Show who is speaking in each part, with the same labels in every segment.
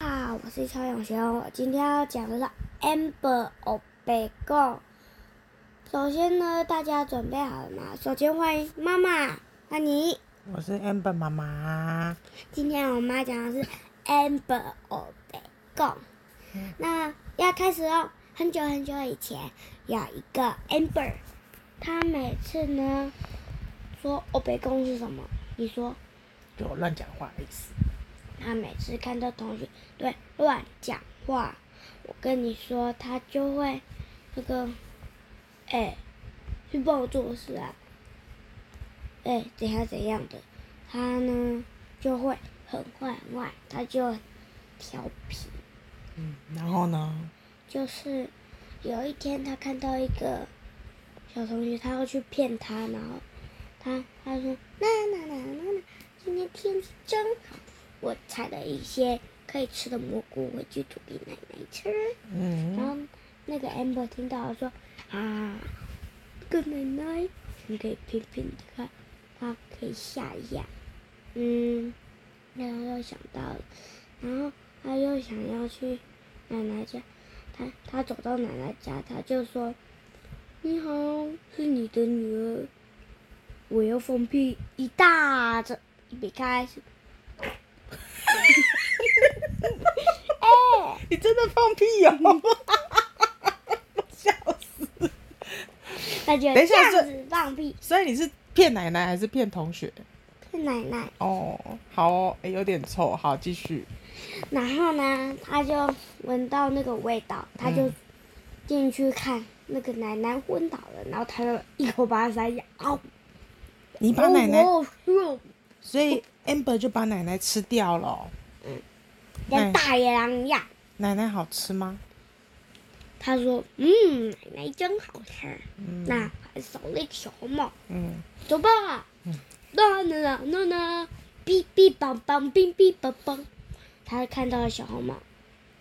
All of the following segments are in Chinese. Speaker 1: 好，啊我是曹永雄。我今天要讲的是 Amber 欧北贡。首先呢，大家准备好了吗？首先欢迎妈妈，欢迎。
Speaker 2: 我是 Amber 妈妈。
Speaker 1: 今天我妈讲的是 Amber 欧北贡。那要开始哦。很久很久以前，有一个 Amber，她每次呢说欧北贡是什么，你说。
Speaker 2: 就我乱讲话的意思。
Speaker 1: 他每次看到同学对乱讲话，我跟你说，他就会那个，哎、去帮我做事啊，哎、怎样怎样的，他呢就会很坏很坏，他就调皮。
Speaker 2: 嗯，然后呢？
Speaker 1: 就是有一天他看到一个小同学，他要去骗他，然后他他说那那那那那，今天天气真好，我采了一些可以吃的蘑菇回去煮给奶奶吃。然
Speaker 2: 嗯，
Speaker 1: 后那个 Amber 听到了说啊，这个奶奶，你可以骗骗她，她可以吓一吓。嗯，然后又想到了，然后他又想要去奶奶家，他他走到奶奶家，他就说：“你好，是你的女儿，我要放屁一大整，一笔开始。”
Speaker 2: 你真的放屁哦！ 笑死！
Speaker 1: 他就
Speaker 2: 等一
Speaker 1: 哎这
Speaker 2: 下
Speaker 1: 样
Speaker 2: 这
Speaker 1: 子放屁，
Speaker 2: 所以你是骗奶奶还是骗同学？
Speaker 1: 是奶奶。
Speaker 2: 哦，好哦，哎、有点臭。好，继续。
Speaker 1: 然后呢，他就闻到那个味道，他就
Speaker 2: 嗯
Speaker 1: 进去看那个奶奶昏倒了，然后他就一口把她塞下，哦，
Speaker 2: 你把奶奶，
Speaker 1: 哦哟
Speaker 2: 所以 Amber 就把奶奶吃掉了哦、
Speaker 1: 跟大野狼一样。
Speaker 2: 奶奶好吃吗？
Speaker 1: 他说：“嗯，奶奶真好吃。
Speaker 2: 嗯
Speaker 1: 那还少了一条毛，
Speaker 2: 嗯，
Speaker 1: 走吧。那那那那那，哔哔梆梆，哔哔梆梆。他看到了小红帽，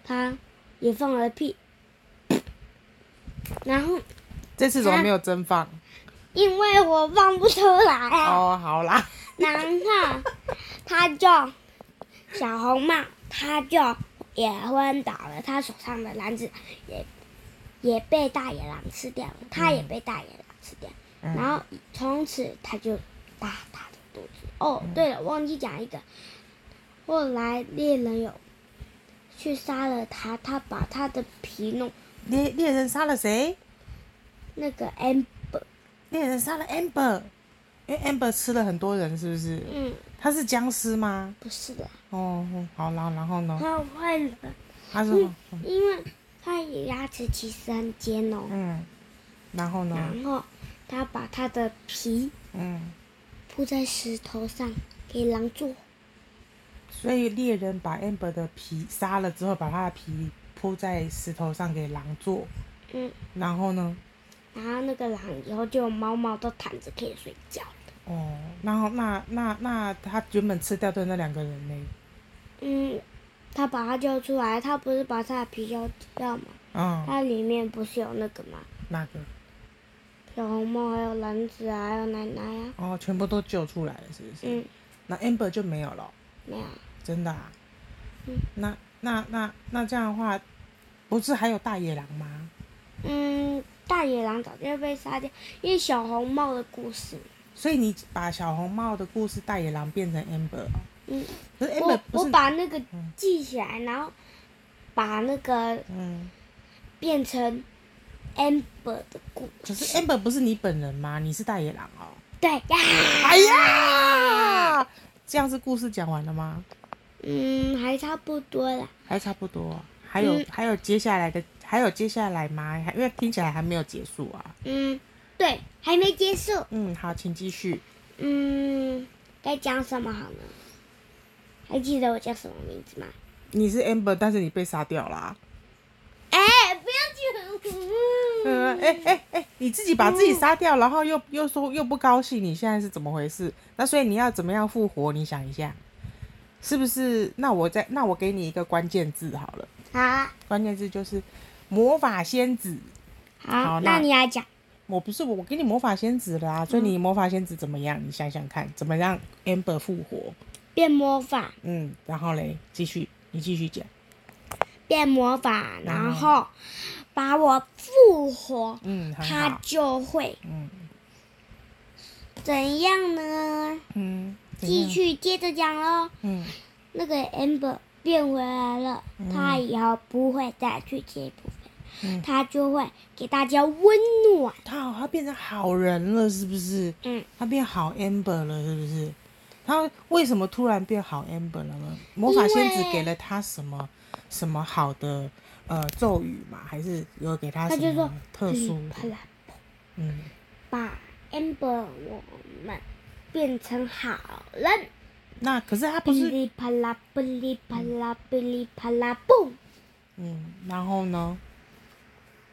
Speaker 1: 他也放了屁，然后
Speaker 2: 这次怎么没有蒸放？
Speaker 1: 因为我放不出来啊。
Speaker 2: 哦，好啦，
Speaker 1: 然后他就小红帽，他就也昏倒了，他手上的篮子也也被大野狼吃掉了，他也被大野狼吃掉，
Speaker 2: 嗯
Speaker 1: 然后从此他就大大的肚子。哦，
Speaker 2: 嗯
Speaker 1: 对了，忘记讲一个，后来猎人有去杀了他，他把他的皮弄
Speaker 2: 猎猎人杀了谁？
Speaker 1: 那个 amber，
Speaker 2: 猎人杀了 Amber，因为 Amber 吃了很多人，是不是？
Speaker 1: 嗯，
Speaker 2: 他是僵尸吗？
Speaker 1: 不是的，
Speaker 2: 哦，好啦，然后呢？
Speaker 1: 他坏了，
Speaker 2: 他是
Speaker 1: 嗯，因为他也牙齿其实很尖哦。
Speaker 2: 嗯，然后呢？
Speaker 1: 然后他把他的皮
Speaker 2: 嗯，
Speaker 1: 铺在石头上给狼做，
Speaker 2: 所以猎人把 Amber 的皮杀了之后，把他的皮铺在石头上给狼做，
Speaker 1: 嗯，
Speaker 2: 然后呢？
Speaker 1: 然后那个狼以后就有毛毛的毯子可以睡觉了
Speaker 2: 哦，然后那那那他原本吃掉的那两个人呢？
Speaker 1: 嗯，他把它揪出来，他不是把它的皮揪掉吗？
Speaker 2: 嗯，
Speaker 1: 它里面不是有那个吗？
Speaker 2: 那个？
Speaker 1: 小红帽，还有篮子啊，还有奶奶啊，
Speaker 2: 哦，全部都救出来了，是不是？
Speaker 1: 嗯，
Speaker 2: 那 Amber 就没有了。
Speaker 1: 没有，
Speaker 2: 真的啊？
Speaker 1: 嗯
Speaker 2: 那那那那这样的话，不是还有大野狼吗？
Speaker 1: 嗯，大野狼早就被杀掉，因为小红帽的故事，
Speaker 2: 所以你把小红帽的故事大野狼变成 Amber，哦
Speaker 1: 嗯，
Speaker 2: 可是 Amber
Speaker 1: 我
Speaker 2: 不
Speaker 1: 我
Speaker 2: 是
Speaker 1: 把那个记起来，然后把那个
Speaker 2: 嗯，
Speaker 1: 变成 Amber 的故
Speaker 2: 可是
Speaker 1: 事。
Speaker 2: Amber 不是你本人吗？你是大野狼哦。
Speaker 1: 对呀，
Speaker 2: 哎呀，这样是故事讲完了吗？
Speaker 1: 嗯，还差不多啦。
Speaker 2: 还差不多，还有、
Speaker 1: 嗯
Speaker 2: 还有接下来的，还有接下来吗？还因为听起来还没有结束啊。
Speaker 1: 嗯，对，还没结束。
Speaker 2: 嗯，好，请继续。
Speaker 1: 嗯，该讲什么好呢？还记得我叫什么名字吗？
Speaker 2: 你是 Amber，但是你被杀掉啊啦、
Speaker 1: 哎、不要讲。
Speaker 2: 嗯，哎哎哎，你自己把自己杀掉，然后又又说又不高兴，你现在是怎么回事？那所以你要怎么样复活？你想一下，是不是？那我再那我给你一个关键字好了，
Speaker 1: 好，
Speaker 2: 关键字就是魔法仙子。
Speaker 1: 好，
Speaker 2: 好
Speaker 1: 那
Speaker 2: 那
Speaker 1: 你来讲。
Speaker 2: 我不是我，我给你魔法仙子了啊！所以你魔法仙子怎么样？你想想看，怎么让 Amber 复活？
Speaker 1: 变魔法，
Speaker 2: 嗯，然后嘞，继续，你继续讲。
Speaker 1: 变魔法，
Speaker 2: 然
Speaker 1: 然
Speaker 2: 后
Speaker 1: 后把我复活，
Speaker 2: 嗯，很
Speaker 1: 他
Speaker 2: 好，
Speaker 1: 就会
Speaker 2: 嗯
Speaker 1: 怎样呢？
Speaker 2: 嗯，怎
Speaker 1: 继
Speaker 2: 样，
Speaker 1: 续接着讲喽。
Speaker 2: 嗯
Speaker 1: 那个 Amber 变回来了，他以后不会再去接部分，
Speaker 2: 嗯
Speaker 1: 他就会给大家温暖。
Speaker 2: 他好，他变成好人了，是不是？
Speaker 1: 嗯，
Speaker 2: 他变好 Amber 了，是不是？他为什么突然变好 Amber 了呢？魔法仙子给了他什么什么好的呃咒语嘛？还是有给他
Speaker 1: 他
Speaker 2: 什
Speaker 1: 就说
Speaker 2: 么特殊
Speaker 1: 嗯啪
Speaker 2: 的？
Speaker 1: 啦
Speaker 2: 嗯，
Speaker 1: 把 Amber 我们变成好人，
Speaker 2: 那可是他
Speaker 1: 噼
Speaker 2: 不是
Speaker 1: 里啪啦，噼里啪啦，噼里啪啦，嘣！
Speaker 2: 嗯，然后呢？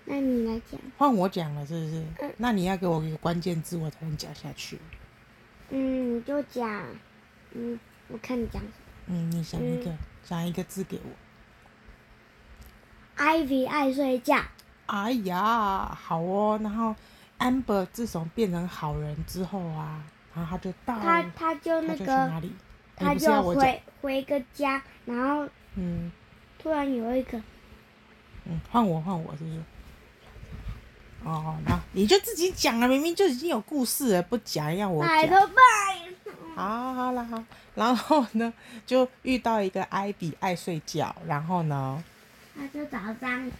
Speaker 1: 那你来讲，
Speaker 2: 换我讲了，是不是？
Speaker 1: 嗯
Speaker 2: 那你要给我一个关键字，我才能讲下去。
Speaker 1: 嗯，你就讲，嗯，我看你讲什么
Speaker 2: 嗯，你想一个，想一个字给我。
Speaker 1: ，Ivy 爱睡觉，
Speaker 2: 哎呀，好哦。然后，amber 自从变成好人之后啊，然后他就到
Speaker 1: 他他就那
Speaker 2: 他哦就去哪
Speaker 1: 个，
Speaker 2: 里？你
Speaker 1: 他
Speaker 2: 不是要
Speaker 1: 就
Speaker 2: 我讲？
Speaker 1: 回回个家，然后
Speaker 2: 嗯
Speaker 1: 突然有一个，
Speaker 2: 嗯，换我换我是不是？哦，那你就自己讲啊了，明明就已经有故事了，不讲要我
Speaker 1: 拜
Speaker 2: 讲。
Speaker 1: 托拜托，
Speaker 2: 好好啦好，然后呢，就遇到一个艾比爱睡觉，然后呢，
Speaker 1: 他就早上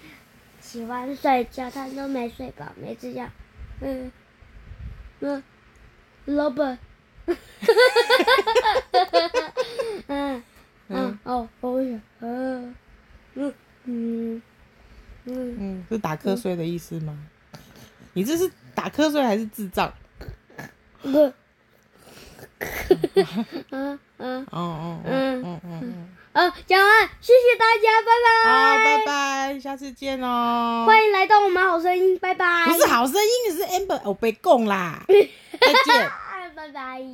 Speaker 1: 喜欢睡觉，他都没睡饱，没睡觉。嗯，嗯，老板，嗯嗯哦，我想，嗯嗯嗯嗯，
Speaker 2: 嗯，是打瞌睡的意思吗？你这是打瞌睡还是智障？
Speaker 1: 不，嗯嗯
Speaker 2: 哦哦哦
Speaker 1: 嗯
Speaker 2: 嗯嗯嗯，
Speaker 1: 哦，讲完，谢谢大家，
Speaker 2: 好，
Speaker 1: 拜拜，
Speaker 2: 拜拜，下次见哦。
Speaker 1: 欢迎来到我们好声音，拜拜，
Speaker 2: 哦不是好声音，你是 Amber，我被供啦，再见。
Speaker 1: 啊，拜拜。